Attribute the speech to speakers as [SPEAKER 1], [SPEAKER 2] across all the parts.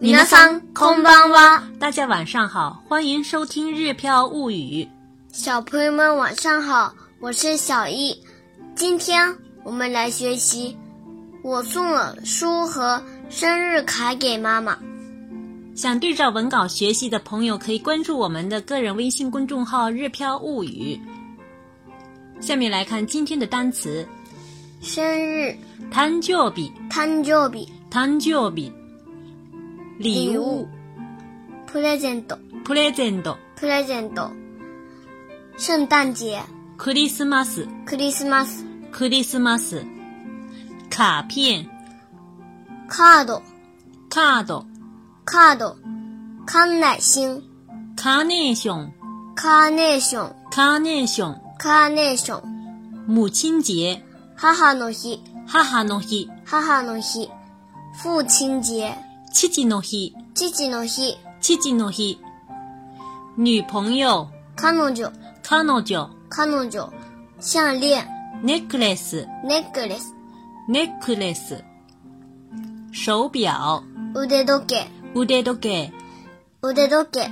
[SPEAKER 1] 皆さんこんばんは。
[SPEAKER 2] 大家晚上好，欢迎收听《日飘物语》。
[SPEAKER 1] 小朋友们晚上好，我是小易。今天我们来学习。我送了书和生日卡给妈妈。
[SPEAKER 2] 想对照文稿学习的朋友，可以关注我们的个人微信公众号“日飘物语”。下面来看今天的单词：
[SPEAKER 1] 生日、
[SPEAKER 2] 誕生日、
[SPEAKER 1] 誕生日、
[SPEAKER 2] 誕生日，礼
[SPEAKER 1] 礼
[SPEAKER 2] 物
[SPEAKER 1] 物、プレゼント、
[SPEAKER 2] プレゼント、
[SPEAKER 1] プレゼント。圣诞节、
[SPEAKER 2] クリスマス、
[SPEAKER 1] クリスマス、
[SPEAKER 2] クリスマス、卡片、
[SPEAKER 1] カード、
[SPEAKER 2] カード、
[SPEAKER 1] カード、観覧心、
[SPEAKER 2] カーネーション、
[SPEAKER 1] カーネーション、
[SPEAKER 2] カーネーション、
[SPEAKER 1] カーネーション、
[SPEAKER 2] 母亲节、
[SPEAKER 1] 母の日、
[SPEAKER 2] 母の日、
[SPEAKER 1] 母の日、
[SPEAKER 2] 父
[SPEAKER 1] 父親節、
[SPEAKER 2] の日、
[SPEAKER 1] 父の日、
[SPEAKER 2] 父の日、女朋友、
[SPEAKER 1] 彼女、
[SPEAKER 2] 彼女、
[SPEAKER 1] 彼女、项链、
[SPEAKER 2] ネックレス、
[SPEAKER 1] ネックレス、
[SPEAKER 2] ネックレス、手表、
[SPEAKER 1] 腕時計、
[SPEAKER 2] 腕時計、
[SPEAKER 1] 腕時計、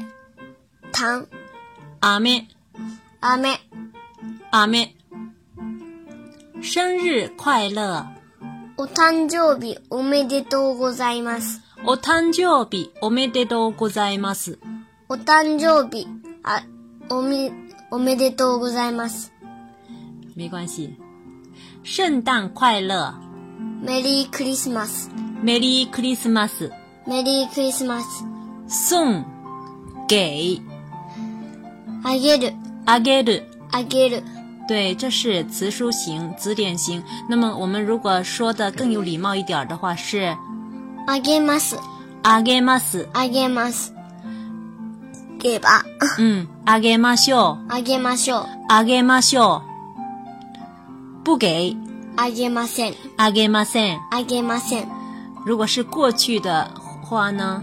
[SPEAKER 1] タン、
[SPEAKER 2] 飴、
[SPEAKER 1] 飴、
[SPEAKER 2] 飴。生日快乐！
[SPEAKER 1] お誕生日おめでとうございます。
[SPEAKER 2] お誕生日おめでとうございます。
[SPEAKER 1] お誕生日、あ、おめ、おめでとうございます。
[SPEAKER 2] 没关系。圣诞快乐！
[SPEAKER 1] メリークリスマス、
[SPEAKER 2] メリークリスマス。
[SPEAKER 1] メリークリスマス、
[SPEAKER 2] 送、给、
[SPEAKER 1] あげる、
[SPEAKER 2] あげる。
[SPEAKER 1] あげる、
[SPEAKER 2] 对，这是词书型、词典型。那么我们如果说的更有礼貌一点儿的话是
[SPEAKER 1] あげます、
[SPEAKER 2] あげ ます。
[SPEAKER 1] あげます。ゲバ、
[SPEAKER 2] 嗯，あげましょう。
[SPEAKER 1] あげましょう、
[SPEAKER 2] あげましょう。不给、
[SPEAKER 1] あげません、
[SPEAKER 2] あげません。
[SPEAKER 1] あげません。
[SPEAKER 2] 如果是过去的话呢？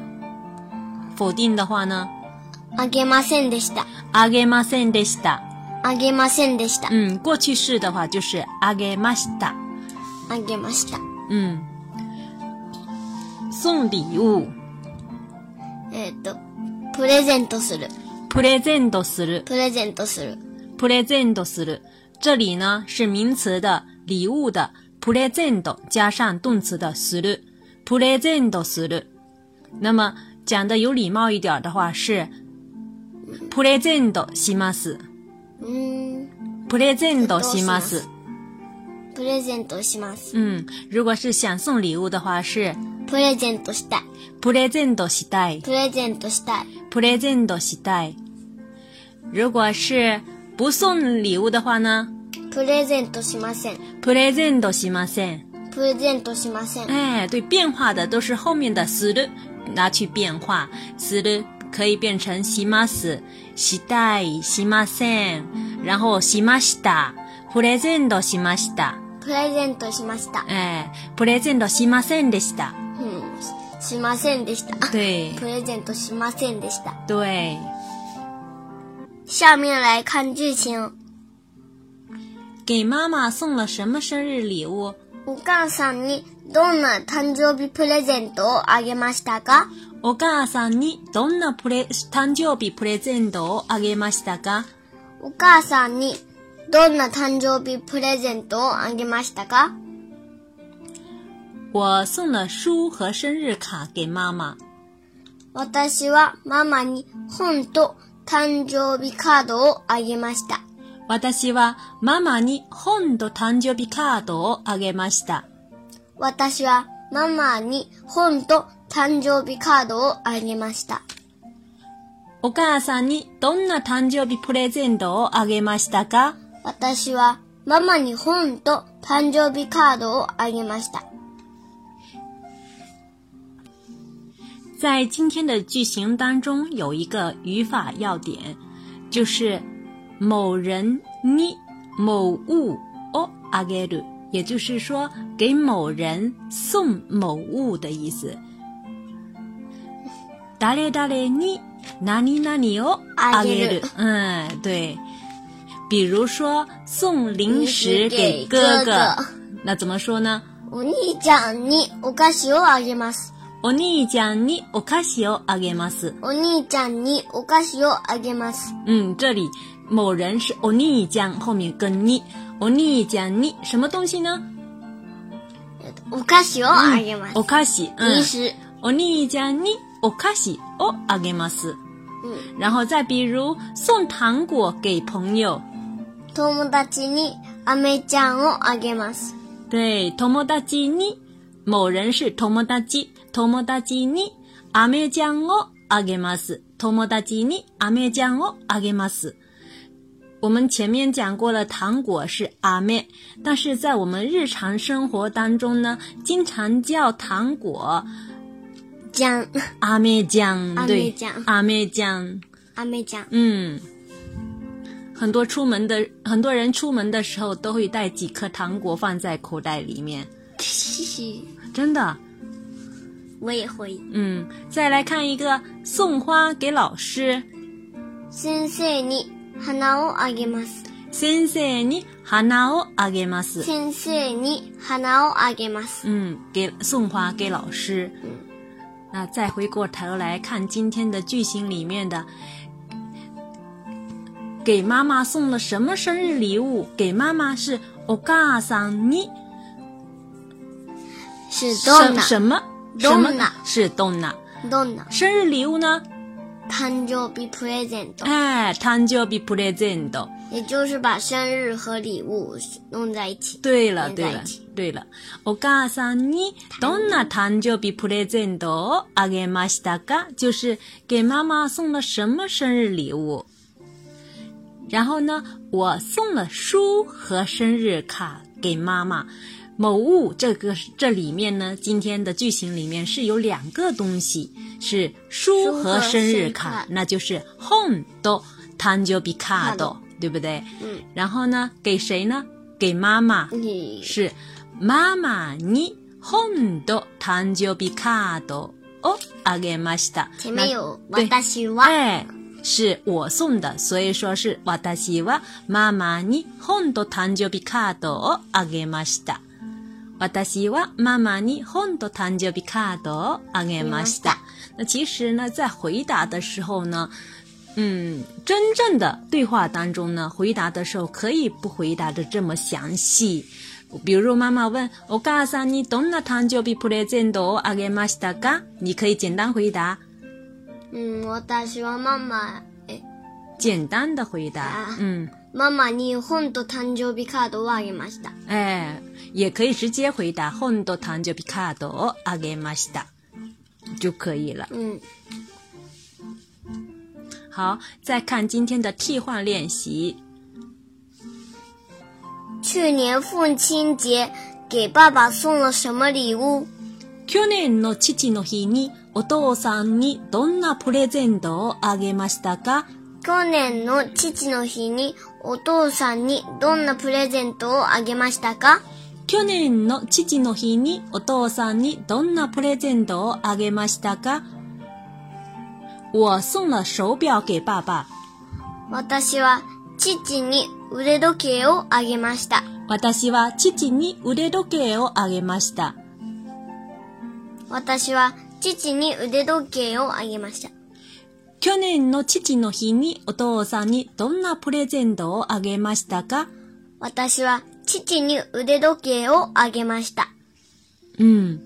[SPEAKER 2] 否定的话呢？
[SPEAKER 1] あげませんでした。
[SPEAKER 2] あげませんでした。
[SPEAKER 1] あげませんでした。
[SPEAKER 2] 嗯，过去式的话就是あげました。
[SPEAKER 1] あげました。
[SPEAKER 2] 嗯，送礼物、
[SPEAKER 1] えっ、と、プレゼントする。
[SPEAKER 2] プレゼントする。
[SPEAKER 1] プレゼントする。
[SPEAKER 2] present する。这里呢是名词的礼物的 present 加上动词的する present する。那么讲的有礼貌一点的话是 present します。
[SPEAKER 1] うーん、
[SPEAKER 2] present します。
[SPEAKER 1] プレゼントします。
[SPEAKER 2] 嗯，如果是想送礼物的话是
[SPEAKER 1] プレゼントしたい。
[SPEAKER 2] present したい。
[SPEAKER 1] プレゼントしたい。
[SPEAKER 2] present したい。如果是不送礼物的话呢
[SPEAKER 1] プレゼントしません。
[SPEAKER 2] present しません。
[SPEAKER 1] プレゼントしません。
[SPEAKER 2] 哎，对，变化的都是后面的する拿去变化，する可以变成します、したい、しません，然后しました、プレゼントしました，
[SPEAKER 1] プレゼントしました。
[SPEAKER 2] 哎，プレゼントしませんでした。
[SPEAKER 1] うん、ししませんでした。
[SPEAKER 2] 对
[SPEAKER 1] プレゼントしませんでした。
[SPEAKER 2] 对，
[SPEAKER 1] 下面来看剧情。
[SPEAKER 2] 给妈妈送了什么生日礼物？
[SPEAKER 1] お母さんにどんな誕生日プレゼントをあげましたか
[SPEAKER 2] お母さんにどんなプレ誕生日プレゼントをあげましたか？
[SPEAKER 1] お母さんにどんな誕生日プレゼントをあげましたか
[SPEAKER 2] 我送了书和生日卡给妈妈。
[SPEAKER 1] 私はママに本と誕生日カードをあげました。
[SPEAKER 2] 私はママに本と誕生日カードをあげました。
[SPEAKER 1] 私はママに本と誕生日カードをあげました。
[SPEAKER 2] お母さんにどんな誕生日プレゼントをあげましたか
[SPEAKER 1] 私はママに本と誕生日カードをあげました。
[SPEAKER 2] 在今天的句型当中有一个语法要点，就是某人に某物をあげる，也就是说给某人送某物的意思。誰々に何々をあげる，嗯，对。比如说送零食给哥
[SPEAKER 1] 零食给哥哥
[SPEAKER 2] 那怎么说呢？
[SPEAKER 1] お兄ちゃんにお菓子をあげます。
[SPEAKER 2] お兄ちゃんにお菓子をあげます。
[SPEAKER 1] お兄ちゃんにお菓子をあげます。
[SPEAKER 2] 嗯，这里某人是お兄ちゃん后面跟你，お兄ちゃんに什么东西呢？
[SPEAKER 1] お菓子をあげます
[SPEAKER 2] お。菓子。嗯
[SPEAKER 1] 零，食。
[SPEAKER 2] お兄ちゃんにお菓子をあげます。
[SPEAKER 1] うん。
[SPEAKER 2] 然后再比如送糖果给朋友，
[SPEAKER 1] 友達に飴ちゃんをあげます。
[SPEAKER 2] 对，友達に某人是友達，友達に飴ちゃんをあげます。友達に飴ちゃんをあげます。我们前面讲过了，糖果是阿妹，但是在我们日常生活当中呢，经常叫糖果
[SPEAKER 1] じゃ ん。
[SPEAKER 2] 阿妹酱，对
[SPEAKER 1] 飴酱，
[SPEAKER 2] 阿妹酱，
[SPEAKER 1] 飴ちゃん。
[SPEAKER 2] 嗯，很多出门的很多人出门的时候都会带几颗糖果放在口袋里面，
[SPEAKER 1] 嘻嘻。
[SPEAKER 2] 真的，
[SPEAKER 1] 我也会。
[SPEAKER 2] 嗯，再来看一个送花给老师，
[SPEAKER 1] 先生に花をあげます。
[SPEAKER 2] 先生に花をあげます。
[SPEAKER 1] 先生に花をあげます。
[SPEAKER 2] 嗯，给送花给老师。那再回过头来看今天的句型里面的，给妈妈送了什么生日礼物？给妈妈是お母さんに
[SPEAKER 1] 是
[SPEAKER 2] 什
[SPEAKER 1] どんな。
[SPEAKER 2] 什么
[SPEAKER 1] ど
[SPEAKER 2] 什
[SPEAKER 1] んな
[SPEAKER 2] 么是どんな
[SPEAKER 1] どんな。
[SPEAKER 2] 生日礼物呢？
[SPEAKER 1] 誕生日プレゼント。
[SPEAKER 2] 哎，誕生日プレゼント。
[SPEAKER 1] 也就是把生日和礼物弄在一起。
[SPEAKER 2] 对了，
[SPEAKER 1] 连
[SPEAKER 2] 对
[SPEAKER 1] 在
[SPEAKER 2] 了
[SPEAKER 1] 一起，
[SPEAKER 2] 对了。お母さんにどんな誕生日プレゼントをあげましたか？就是给妈妈送了什么生日礼物。然后呢，我送了书和生日卡给妈妈。某物这个这里面呢，今天的句型里面是有两个东西，是书
[SPEAKER 1] 书
[SPEAKER 2] 和
[SPEAKER 1] 和
[SPEAKER 2] 生
[SPEAKER 1] 生
[SPEAKER 2] 日
[SPEAKER 1] 日
[SPEAKER 2] 卡
[SPEAKER 1] 卡，
[SPEAKER 2] 那就是 home 都誕生日卡
[SPEAKER 1] 卡
[SPEAKER 2] 都，对不对？
[SPEAKER 1] 嗯。
[SPEAKER 2] 然后呢，给谁呢？给妈妈。
[SPEAKER 1] 你
[SPEAKER 2] 是妈妈に本当誕生日カードをあげました。
[SPEAKER 1] 前面有
[SPEAKER 2] 那对
[SPEAKER 1] 私は
[SPEAKER 2] 哎，是我送的，所以说是私は妈妈に本当誕生日カードをあげました。私はママに本当誕生日カードをあげまし
[SPEAKER 1] あ
[SPEAKER 2] た。那其实呢，在回答的时候呢，嗯，真正的对话当中呢，回答的时候可以不回答的这么详细。比如妈妈问“お母さんにどんな誕生日プレゼントをあげましたか？”你可以简单回答，
[SPEAKER 1] 嗯，私はママえ
[SPEAKER 2] 简单的回答
[SPEAKER 1] 啊，
[SPEAKER 2] 嗯，
[SPEAKER 1] ママに本と誕生日カードをあげました。
[SPEAKER 2] 哎，也可以直接回答“本当誕生日カードをあげました”就可以了。
[SPEAKER 1] 嗯，
[SPEAKER 2] 好，再看今天的替换练习。
[SPEAKER 1] 去年父亲节给爸爸送了什么礼物？
[SPEAKER 2] 去年の父の日にお父さんにどんなプレゼントをあげましたか
[SPEAKER 1] 去年の父の日にお父さんにどんなプレゼントをあげましたか？
[SPEAKER 2] 去年の父の日にお父さんにどんなプレゼントをあげましたか我送了手表给爸爸。
[SPEAKER 1] 私は父に腕時計をあげました。
[SPEAKER 2] 私は父に腕時計をあげました。
[SPEAKER 1] 私は父に腕時計をあげました。
[SPEAKER 2] 去年の父の日にお父さんにどんなプレゼントをあげましたか
[SPEAKER 1] 私は父に腕時計をあげました。
[SPEAKER 2] 嗯，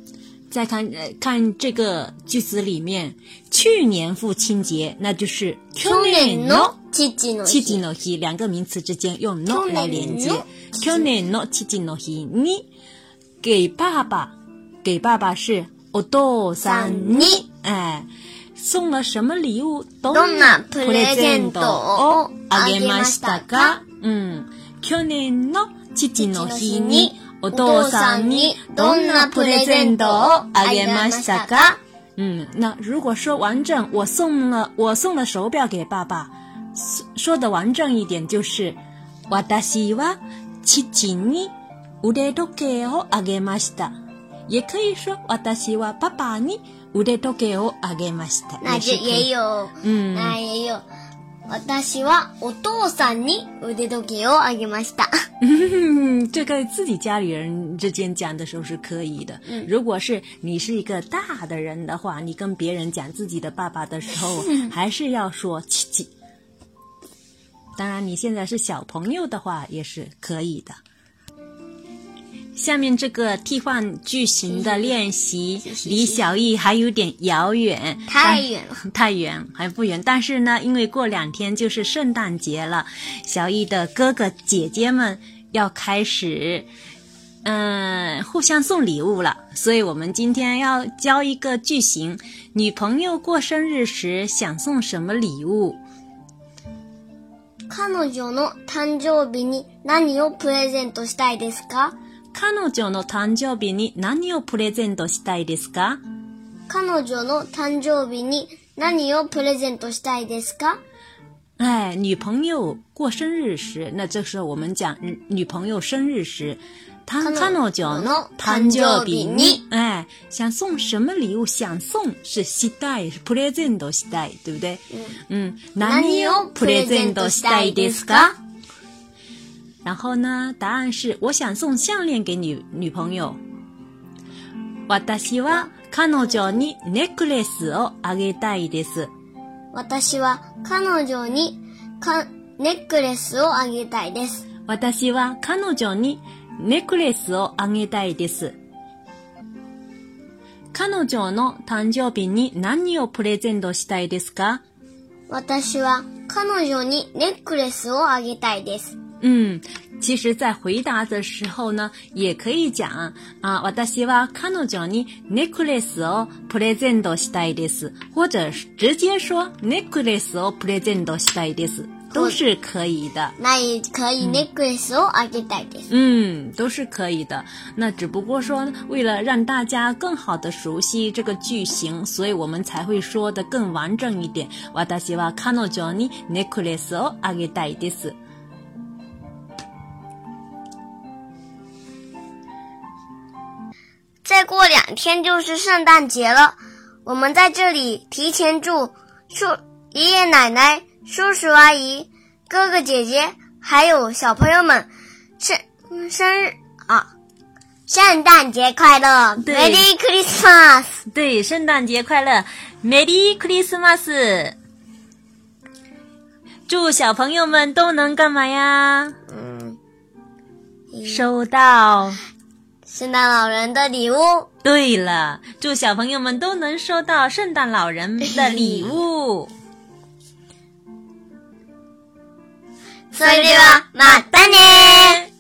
[SPEAKER 2] 再看呃看这个句子里面，去年父亲节，那就是去
[SPEAKER 1] 去年の父の
[SPEAKER 2] 父
[SPEAKER 1] 日。
[SPEAKER 2] の日两个名词之间用 no
[SPEAKER 1] 去年の
[SPEAKER 2] 来连接。去
[SPEAKER 1] 父
[SPEAKER 2] 年の父の日に给爸爸，给爸爸是お父さんに，
[SPEAKER 1] に
[SPEAKER 2] 哎，送了什么礼物？ど
[SPEAKER 1] んなプレゼントを
[SPEAKER 2] あ
[SPEAKER 1] あ
[SPEAKER 2] げ
[SPEAKER 1] げ
[SPEAKER 2] ま
[SPEAKER 1] ま
[SPEAKER 2] し
[SPEAKER 1] したた
[SPEAKER 2] か
[SPEAKER 1] か？
[SPEAKER 2] 嗯，去年の父の日
[SPEAKER 1] 父の日に
[SPEAKER 2] にお父さんにどんなプレゼントをあげましたか？嗯，那如果说完整，我送了我送了手表给爸爸，说说的完整一点就是，私は父に腕時計をあげました。也可以说私はパパに腕時計をあげました。
[SPEAKER 1] 那
[SPEAKER 2] 也
[SPEAKER 1] 就是
[SPEAKER 2] 可以
[SPEAKER 1] 也有，
[SPEAKER 2] 嗯
[SPEAKER 1] 那也有。私はお父さんに腕時計をあげました。
[SPEAKER 2] 嗯，这个自己家里人之间讲的时候是可以的。
[SPEAKER 1] 嗯
[SPEAKER 2] 如果是你是一个大的人的话，你跟别人讲自己的爸爸的时候，还是要说七七。当然，你现在是小朋友的话，也是可以的。下面这个替换句型的练习
[SPEAKER 1] 嗯谢谢
[SPEAKER 2] 离小易还有点遥远，
[SPEAKER 1] 太远了。
[SPEAKER 2] 太远还不远，但是呢，因为过两天就是圣诞节了，小易的哥哥姐姐们要开始，嗯、互相送礼物了，所以我们今天要教一个句型：女朋友过生日时想送什么礼物？
[SPEAKER 1] 彼女の誕生日に何をプレゼントしたいですか
[SPEAKER 2] 彼女の誕生日に何をプレゼントしたいですか？
[SPEAKER 1] 彼女の誕生日に何をプレゼントしたいですか
[SPEAKER 2] 哎，女朋友过生日时，那就是我们讲嗯女朋友生日时，她
[SPEAKER 1] 彼女
[SPEAKER 2] 彼女呢
[SPEAKER 1] の，
[SPEAKER 2] 誕
[SPEAKER 1] 誕
[SPEAKER 2] 生
[SPEAKER 1] 生
[SPEAKER 2] 日
[SPEAKER 1] 日
[SPEAKER 2] に
[SPEAKER 1] に，
[SPEAKER 2] 哎，想送什么礼物？想送是期待，是 present 期待，对不对？嗯，
[SPEAKER 1] 何をプレゼントしたいですか？
[SPEAKER 2] 然后呢，答案是我想送项链给女女朋友。私は彼女にネックレスをあげたいです。
[SPEAKER 1] 私は彼女にかネックレスをあげたいです。
[SPEAKER 2] 私は彼女にネックレスをあげたいです。彼女の誕生日に何をプレゼントしたいですか
[SPEAKER 1] 私は彼女にネックレスをあげたいです。
[SPEAKER 2] 嗯，其实，在回答的时候呢，也可以讲啊，私は彼女にネックレスをプレゼントしたいです，或者是直接说ネックレスをプレゼントしたいです，都是可以的。
[SPEAKER 1] ないかいネックレスをあげたいです。
[SPEAKER 2] 嗯，都是可以的。那只不过说，为了让大家更好的熟悉这个句型，所以我们才会说的更完整一点。私は彼女にネックレスをあげたいです。
[SPEAKER 1] 再过两天就是圣诞节了，我们在这里提前祝叔爷爷奶奶、叔叔阿姨、哥哥姐姐，还有小朋友们生生日啊！圣诞节快乐
[SPEAKER 2] 对
[SPEAKER 1] ，Merry Christmas！
[SPEAKER 2] 对，圣诞节快乐，Merry Christmas！祝小朋友们都能干嘛呀？
[SPEAKER 1] 嗯，
[SPEAKER 2] 收到。
[SPEAKER 1] 圣诞老人的礼物，
[SPEAKER 2] 对了，祝小朋友们都能收到圣诞老人的礼物。
[SPEAKER 1] それではまたね